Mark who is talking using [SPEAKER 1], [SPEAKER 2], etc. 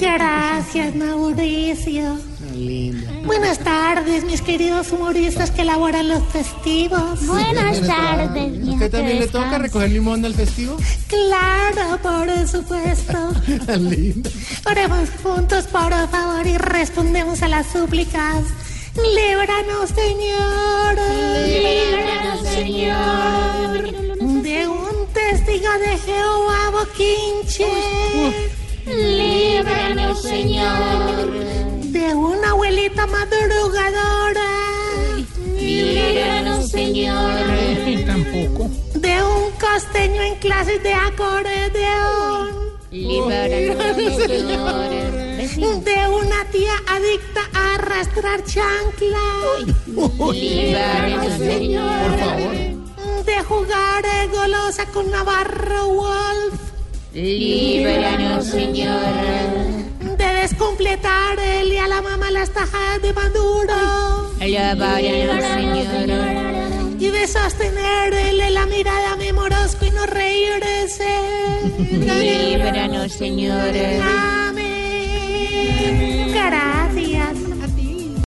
[SPEAKER 1] Gracias, Mauricio. Buenas tardes, mis queridos humoristas que elaboran los festivos.
[SPEAKER 2] Buenas tardes, mi
[SPEAKER 3] ¿Usted también le toca recoger limón al festivo?
[SPEAKER 1] Claro, por supuesto.
[SPEAKER 3] Tan lindo.
[SPEAKER 1] Oremos juntos, por favor, y respondemos a las súplicas. Líbranos, Señor.
[SPEAKER 2] Líbranos, Señor.
[SPEAKER 1] De un testigo de Jehová Boquinche.
[SPEAKER 2] Líbranos, oh Señor.
[SPEAKER 1] De una abuelita madrugadora.
[SPEAKER 2] Líbranos, oh Señor.
[SPEAKER 3] Tampoco.
[SPEAKER 1] De un costeño en clases de acordeón.
[SPEAKER 2] Líbranos, Señor.
[SPEAKER 1] De una tía adicta a arrastrar chancla.
[SPEAKER 2] Líbranos,
[SPEAKER 3] Por
[SPEAKER 2] Señor.
[SPEAKER 3] favor.
[SPEAKER 1] De jugar eh, golosa con Navarro Wolf.
[SPEAKER 2] Líbranos, oh Señor.
[SPEAKER 1] De descompletar él y a la mamá las tajadas de Maduro.
[SPEAKER 2] Líbranos, oh Señor.
[SPEAKER 1] Y de sostener él la mirada a mi morosco y no reírse.
[SPEAKER 2] Líbranos, oh Señor.
[SPEAKER 1] Amén.